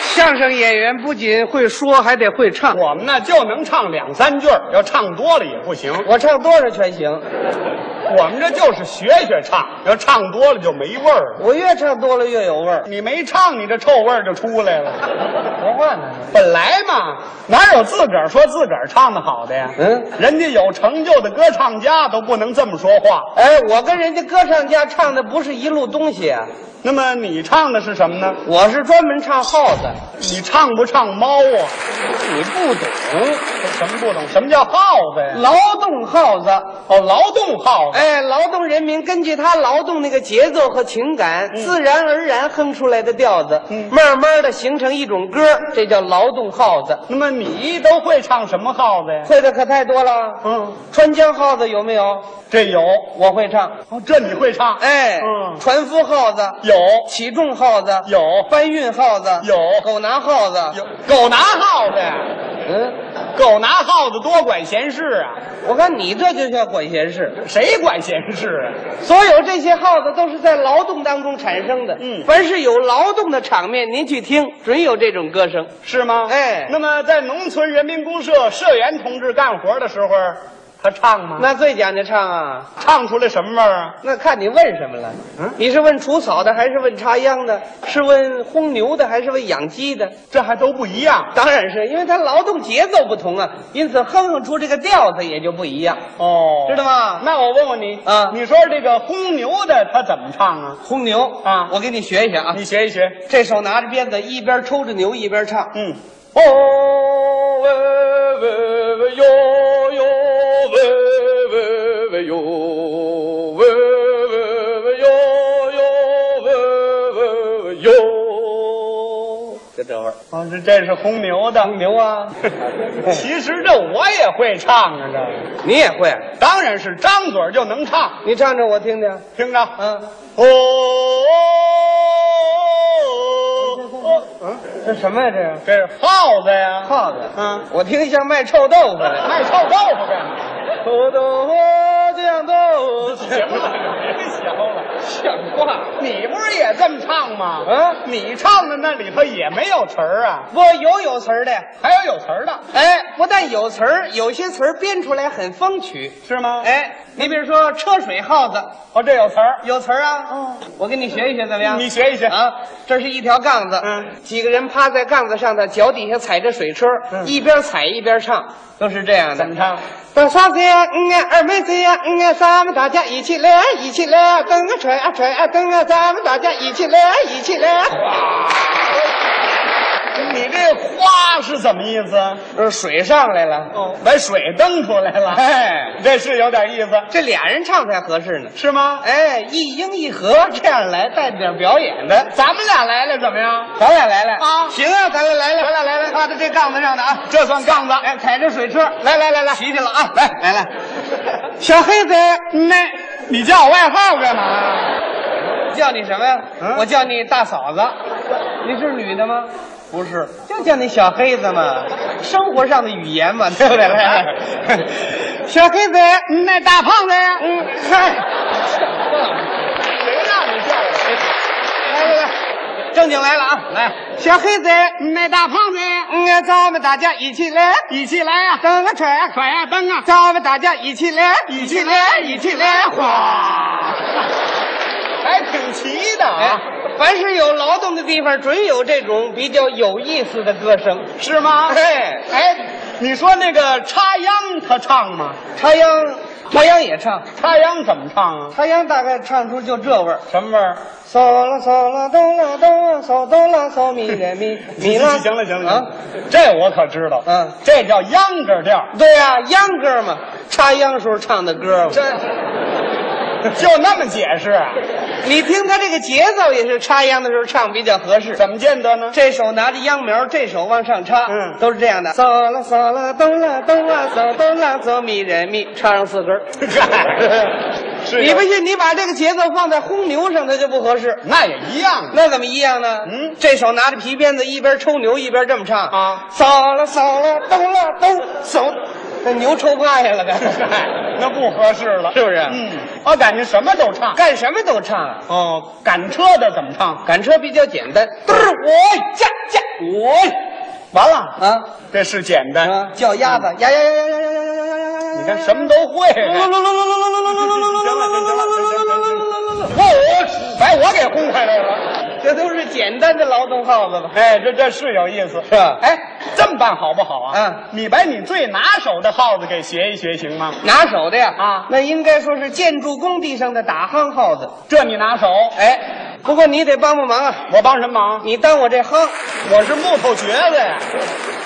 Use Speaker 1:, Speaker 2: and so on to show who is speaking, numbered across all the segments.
Speaker 1: 相声演员不仅会说，还得会唱。
Speaker 2: 我们呢就能唱两三句儿，要唱多了也不行。
Speaker 1: 我唱多少全行，
Speaker 2: 我们这就是学学唱，要唱多了就没味儿了。
Speaker 1: 我越唱多了越有味儿。
Speaker 2: 你没唱，你这臭味儿就出来了。
Speaker 1: 说话呢？
Speaker 2: 本来嘛，哪有自个儿说自个儿唱的好的呀？
Speaker 1: 嗯
Speaker 2: 人家有成就的歌唱家都不能这么说话。
Speaker 1: 哎，我跟人家歌唱家唱的不是一路东西啊，
Speaker 2: 那么你唱的是什么呢？
Speaker 1: 我是专门唱耗子。
Speaker 2: 你唱不唱猫啊？
Speaker 1: 你不懂，
Speaker 2: 什么不懂？什么叫耗子呀？
Speaker 1: 劳动耗子。
Speaker 2: 哦，劳动耗子。
Speaker 1: 哎，劳动人民根据他劳动那个节奏和情感，自然而然哼出来的调子，
Speaker 2: 嗯
Speaker 1: 慢慢的形成一种歌，这叫劳动号子。
Speaker 2: 那么你都会唱什么耗子呀？
Speaker 1: 会的可太多了，
Speaker 2: 嗯，
Speaker 1: 川江号子有没有？
Speaker 2: 这有。
Speaker 1: 我会唱。
Speaker 2: 哦，这你会唱？
Speaker 1: 哎，
Speaker 2: 嗯
Speaker 1: 船夫号子，
Speaker 2: 有
Speaker 1: 起重号子，
Speaker 2: 有
Speaker 1: 搬运号子，
Speaker 2: 有
Speaker 1: 狗拿号子，
Speaker 2: 有，狗拿耗子呀，
Speaker 1: 嗯，
Speaker 2: 狗拿耗子多管闲事啊！
Speaker 1: 我看你这就叫管闲事。
Speaker 2: 谁管闲事啊？
Speaker 1: 所有这些号子都是在劳动当中产生的。
Speaker 2: 嗯
Speaker 1: 凡是有劳动的场面，您去听，准有这种歌声。
Speaker 2: 是吗？
Speaker 1: 哎
Speaker 2: 那么在农村人民公社社员同志干活的时候，他唱吗？
Speaker 1: 那最讲究唱啊，
Speaker 2: 唱出来什么味儿啊？
Speaker 1: 那看你问什么了。
Speaker 2: 嗯
Speaker 1: 你是问除草的，还是问插秧的？是问烘牛的，还是问养鸡的？
Speaker 2: 这还都不一样
Speaker 1: 当然是因为它劳动节奏不同啊，因此哼哼出这个调子也就不一样，
Speaker 2: 哦
Speaker 1: 知道吗？
Speaker 2: 那我问问你
Speaker 1: 啊
Speaker 2: 你说这个轰牛的他怎么唱啊？
Speaker 1: 烘牛
Speaker 2: 啊
Speaker 1: 我给你学一学啊。
Speaker 2: 你学一学。
Speaker 1: 这手拿着鞭子，一边抽着牛，一边唱。
Speaker 2: 嗯，哦喂喂喂哟哟喂喂喂哟喂喂喂哟哟喂喂喂哟。
Speaker 1: 就这味儿。
Speaker 2: 啊，这这是红牛的红牛 啊！其实这我也会唱啊，这
Speaker 1: 你也会？啊
Speaker 2: 当然是张嘴就能唱，
Speaker 1: 你唱唱我听听。
Speaker 2: 听着，
Speaker 1: 嗯，
Speaker 2: 哦哦，嗯，
Speaker 1: 这什么呀？这
Speaker 2: 这是耗子呀，
Speaker 1: 耗子。
Speaker 2: 嗯，
Speaker 1: 我听像卖臭豆腐的。
Speaker 2: 卖臭豆腐干嘛？
Speaker 1: 臭豆腐酱豆腐。
Speaker 2: 行了，别学了，
Speaker 1: 像话？
Speaker 2: 你不是也这么唱吗？
Speaker 1: 啊
Speaker 2: 你唱的那里头也没有词儿啊，
Speaker 1: 不，有有词儿的。
Speaker 2: 还有有词儿的，
Speaker 1: 哎，不但有词儿，有些词儿编出来很风趣。
Speaker 2: 是吗？，
Speaker 1: 哎，你比如说车水耗子，
Speaker 2: 哦，这有词儿，
Speaker 1: 有词儿啊。我给你学一学，怎么样？
Speaker 2: 哦你学一学。
Speaker 1: 啊，这是一条杠子，
Speaker 2: 嗯，
Speaker 1: 几个人趴在杠子上头，脚底下踩着水车，
Speaker 2: 嗯
Speaker 1: 一边踩一边唱，都是这样的
Speaker 2: 怎。么唱？
Speaker 1: 大傻子呀，嗯啊，二妹子呀，嗯啊，咱们大家一起来，一起来，蹬啊踹啊踹啊蹬啊，咱们大家一起来，一起来。
Speaker 2: 你这花是怎么意思？
Speaker 1: 呃，水上来了，
Speaker 2: 哦，把水蹬出来了，
Speaker 1: 哎，
Speaker 2: 这是有点意思，
Speaker 1: 这俩人唱才合适呢。
Speaker 2: 是吗？
Speaker 1: 哎，一英一和这样来，带点表演的。
Speaker 2: 咱们俩来了怎么样？
Speaker 1: 咱俩来了
Speaker 2: 啊
Speaker 1: 行啊，咱俩来了，咱俩来了，趴在这杠子上的啊，
Speaker 2: 这算杠子，
Speaker 1: 哎，踩着水车，来来来来，骑去了啊！来来来，小黑子，
Speaker 2: 那你叫我外号干嘛呀？
Speaker 1: 叫你什么呀？
Speaker 2: 嗯
Speaker 1: 我叫你大嫂子。你是女的吗？不是，就叫你小黑子嘛，生活上的语言 嘛，对不对？来来，小黑子，
Speaker 2: 那大胖子呀？
Speaker 1: 嗯， 嗨，
Speaker 2: 谁让你叫我？
Speaker 1: 来来来，哎正经来了啊，来，小黑子，
Speaker 2: 那大胖子呀？
Speaker 1: 嗯啊，咱们大家一起来，
Speaker 2: 一起来呀！
Speaker 1: 蹬啊踹啊
Speaker 2: 甩呀，蹬啊！
Speaker 1: 咱们大家一起来，
Speaker 2: 一起来
Speaker 1: 一起来，
Speaker 2: 哗，还挺齐的
Speaker 1: 哎
Speaker 2: 啊，，
Speaker 1: 凡是有劳动的地方，准有这种比较有意思的歌声。
Speaker 2: 是吗？
Speaker 1: 哎
Speaker 2: 哎，你说那个插秧他唱吗？
Speaker 1: 插秧，插秧也唱，
Speaker 2: 插秧怎么唱啊？
Speaker 1: 插秧大概唱出就这味儿。
Speaker 2: 什么味儿？
Speaker 1: 嗦啦嗦啦哆啦哆啦嗦哆啦嗦咪来咪咪啦。
Speaker 2: 行了行了，行
Speaker 1: 啊
Speaker 2: 了，这我可知道。
Speaker 1: 嗯
Speaker 2: 这叫秧歌调，
Speaker 1: 对呀、秧歌嘛，插秧时候唱的歌嘛。
Speaker 2: 这就那么解释啊？
Speaker 1: 你听他这个节奏也是插秧的时候唱比较合适。
Speaker 2: 怎么见得呢？
Speaker 1: 这手拿着秧苗，这手往上插，
Speaker 2: 嗯
Speaker 1: 都是这样的。嗦啦嗦啦哆啦哆啦嗦哆啦嗦咪来咪，插 上四根儿。
Speaker 2: 嗨是
Speaker 1: 你
Speaker 2: 有
Speaker 1: 不信？你把这个节奏放在轰牛上，它就不合适。
Speaker 2: 那也一样。
Speaker 1: 那怎么一样呢？
Speaker 2: 嗯
Speaker 1: 这手拿着皮鞭子，一边抽牛一边这么唱
Speaker 2: 啊
Speaker 1: 扫了扫了，兜了兜，手，那牛抽趴下了， 干
Speaker 2: 嗨，那不合适了，
Speaker 1: 是不是
Speaker 2: 嗯，我感觉什么都唱。
Speaker 1: 干什么都唱啊。
Speaker 2: 哦，赶车的怎么唱？
Speaker 1: 赶车比较简单，嘟儿我驾驾，
Speaker 2: 滚！完了，
Speaker 1: 啊
Speaker 2: 这是简单，
Speaker 1: 啊，叫鸭子，呀呀呀呀呀呀呀呀呀呀呀呀！
Speaker 2: 你看什么都会。我把我给轰回来了。
Speaker 1: 这都是简单的劳动号子吧？
Speaker 2: 哎，这这是有意思，
Speaker 1: 是吧
Speaker 2: 哎，这么办好不好啊？
Speaker 1: 嗯，
Speaker 2: 你把你最拿手的号子给学一学，行吗？
Speaker 1: 拿手的呀
Speaker 2: 啊
Speaker 1: 那应该说是建筑工地上的打夯号子。
Speaker 2: 这你拿手，
Speaker 1: 哎，不过你得帮帮忙啊，
Speaker 2: 我帮什么忙？
Speaker 1: 你当我这夯，
Speaker 2: 我是木头橛子呀。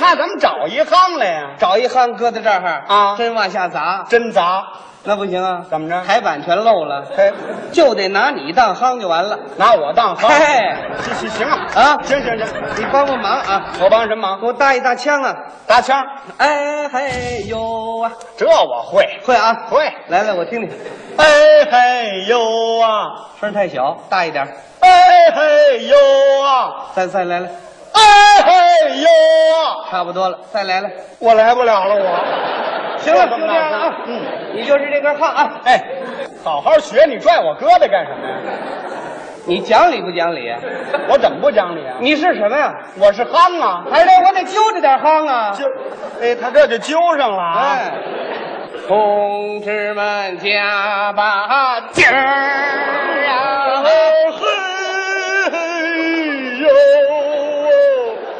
Speaker 2: 那咱们找一夯来呀。
Speaker 1: 找一夯搁在这儿
Speaker 2: 啊
Speaker 1: 真往下砸，
Speaker 2: 真砸，
Speaker 1: 那不行啊，
Speaker 2: 怎么着
Speaker 1: 台板全漏了，
Speaker 2: 嘿，
Speaker 1: 就得拿你当夯就完了。
Speaker 2: 拿我当夯。
Speaker 1: 嘿
Speaker 2: 行行行啊，
Speaker 1: 啊
Speaker 2: 行行行，
Speaker 1: 你帮帮忙啊，
Speaker 2: 我帮什么忙？
Speaker 1: 给我搭一搭腔啊，
Speaker 2: 搭腔，
Speaker 1: 哎嘿呦啊，
Speaker 2: 这我会，
Speaker 1: 会啊，
Speaker 2: 会。
Speaker 1: 来来，我听听，
Speaker 2: 哎嘿呦啊，
Speaker 1: 声儿太小，大一点儿，
Speaker 2: 哎嘿呦啊，
Speaker 1: 再再来来，
Speaker 2: 哎嘿呦啊，
Speaker 1: 差不多了，再来来，
Speaker 2: 我来不了了，我。
Speaker 1: 行了，就这样了啊，
Speaker 2: 嗯，
Speaker 1: 你就是这根夯啊，
Speaker 2: 哎，好好学，你拽我胳膊干什么呀？
Speaker 1: 你讲理不讲理啊？
Speaker 2: 我怎么不讲理啊？
Speaker 1: 你是什么呀？
Speaker 2: 我是憨啊，
Speaker 1: 还得我得揪着点夯啊。
Speaker 2: 就，哎，他这就揪上了啊。
Speaker 1: 哎，同志们加把劲儿
Speaker 2: 哎
Speaker 1: 啊！
Speaker 2: 嘿呦。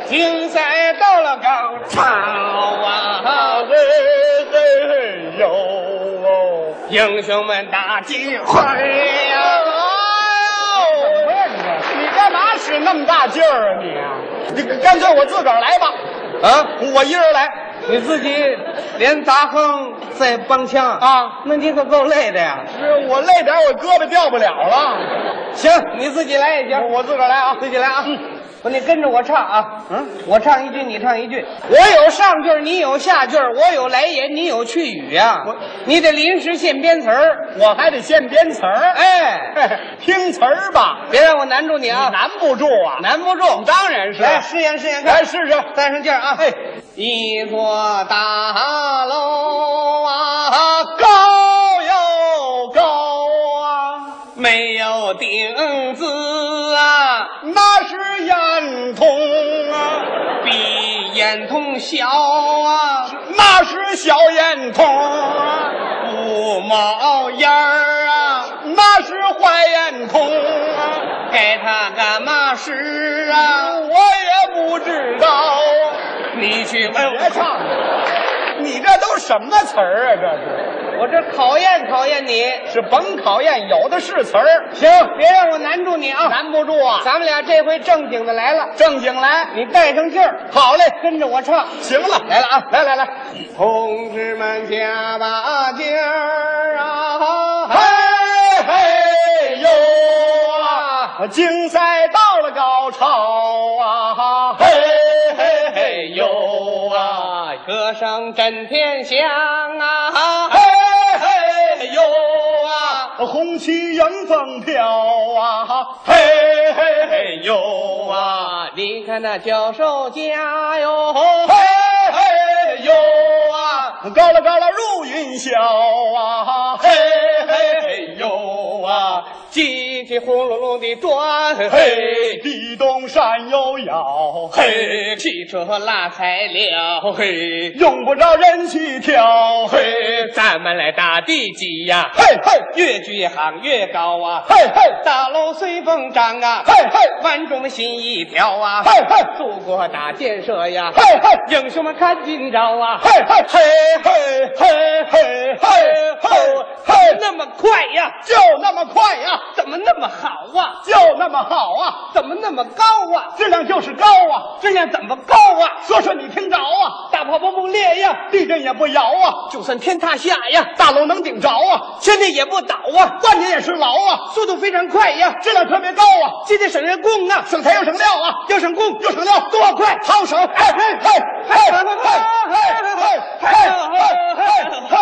Speaker 1: 竞赛到了高潮啊！
Speaker 2: 嘿嘿嘿哟！
Speaker 1: 英雄们打金花呀！
Speaker 2: 哎
Speaker 1: 哦
Speaker 2: 你干嘛使那么大劲儿啊你？你干脆我自个儿来吧，
Speaker 1: 啊，
Speaker 2: 我一人来。
Speaker 1: 你自己连砸夯再帮腔
Speaker 2: 啊？
Speaker 1: 那你可够累的呀！
Speaker 2: 是我累点儿，我胳膊掉不了了。
Speaker 1: 行，你自己来也行，
Speaker 2: 我自个儿来啊！
Speaker 1: 自己来啊！不，你跟着我唱啊！嗯，我唱一句，你唱一句。
Speaker 2: 我
Speaker 1: 有上句儿，你有下句儿，我有来言，你有去语呀、
Speaker 2: 我
Speaker 1: 你得临时现编词儿。
Speaker 2: 有，我还得先编词儿。
Speaker 1: 哎，
Speaker 2: 哎，听词儿吧，
Speaker 1: 别让我难住你
Speaker 2: 你
Speaker 1: 啊！
Speaker 2: 难不住啊。
Speaker 1: 难不住。
Speaker 2: 当然是。
Speaker 1: 来，哎试验试验看
Speaker 2: 来，试试。
Speaker 1: 带上劲儿啊！嘿，一座大楼啊，
Speaker 2: 高又高啊，
Speaker 1: 没有顶子啊，
Speaker 2: 那是烟囱啊，
Speaker 1: 比眼通宵啊，
Speaker 2: 那是小烟囱啊。
Speaker 1: 不冒烟儿啊，
Speaker 2: 那是坏烟筒啊，
Speaker 1: 给他干嘛使啊？
Speaker 2: 我也不知道。
Speaker 1: 你去问我
Speaker 2: 别唱了，你这都什么词儿啊？
Speaker 1: 我这考验考验你。
Speaker 2: 这是是甭考验，有的是词儿，
Speaker 1: 行，别让我难住你啊！
Speaker 2: 难不住啊。
Speaker 1: 咱们俩这回正经的来了，
Speaker 2: 正经来，
Speaker 1: 你带上劲儿，
Speaker 2: 好嘞，
Speaker 1: 跟着我唱。
Speaker 2: 行了，
Speaker 1: 来了啊
Speaker 2: 来来来，
Speaker 1: 同志们加把劲儿啊！
Speaker 2: 嘿嘿呦
Speaker 1: 啊！
Speaker 2: 啊，竞赛到了高潮啊，嘿嘿嘿呦啊，
Speaker 1: 歌声震天响啊！
Speaker 2: 嘿嘿呦啊。
Speaker 1: 啊，
Speaker 2: 红旗迎风飘啊，嘿嘿嘿呦啊，
Speaker 1: 你看那教授家哟，
Speaker 2: 嘿嘿呦啊，高了高了入云霄啊，嘿嘿嘿呦啊，
Speaker 1: 机器轰隆隆地转，
Speaker 2: 嘿，地动山又摇，嘿，
Speaker 1: 嘿，汽车和拉材料，嘿，
Speaker 2: 用不着人去挑，嘿，
Speaker 1: 咱们来打地基呀，
Speaker 2: 嘿嘿
Speaker 1: 越举行越高啊，
Speaker 2: 嘿嘿
Speaker 1: 大楼随风长啊，
Speaker 2: 嘿嘿
Speaker 1: 万众心一条啊，
Speaker 2: 嘿嘿
Speaker 1: 祖国大建设呀，
Speaker 2: 嘿嘿。
Speaker 1: 英雄们看今朝啊，
Speaker 2: 嘿嘿嘿嘿嘿嘿嘿嘿嘿，
Speaker 1: 那哦么快呀，
Speaker 2: 就那么快呀、
Speaker 1: 怎么那么好啊？
Speaker 2: 就那么好啊，
Speaker 1: 怎么那么高啊？
Speaker 2: 质量就是高啊，
Speaker 1: 质量怎么高啊？
Speaker 2: 说说你听着啊，
Speaker 1: 大炮崩不裂呀，
Speaker 2: 地震也不摇啊，
Speaker 1: 就算天塌下呀，
Speaker 2: 大楼能顶着啊，
Speaker 1: 千年也不倒啊，
Speaker 2: 万年也是牢啊，
Speaker 1: 速度非常快呀，
Speaker 2: 质量特别高啊，
Speaker 1: 这得省人工啊，
Speaker 2: 省材又省料啊，
Speaker 1: 要省工
Speaker 2: 又省料，多快，好省，嘿嘿嘿嘿嘿嘿嘿嘿嘿嘿嘿嘿，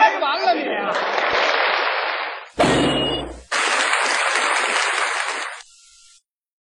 Speaker 2: 嘿，完了你、啊！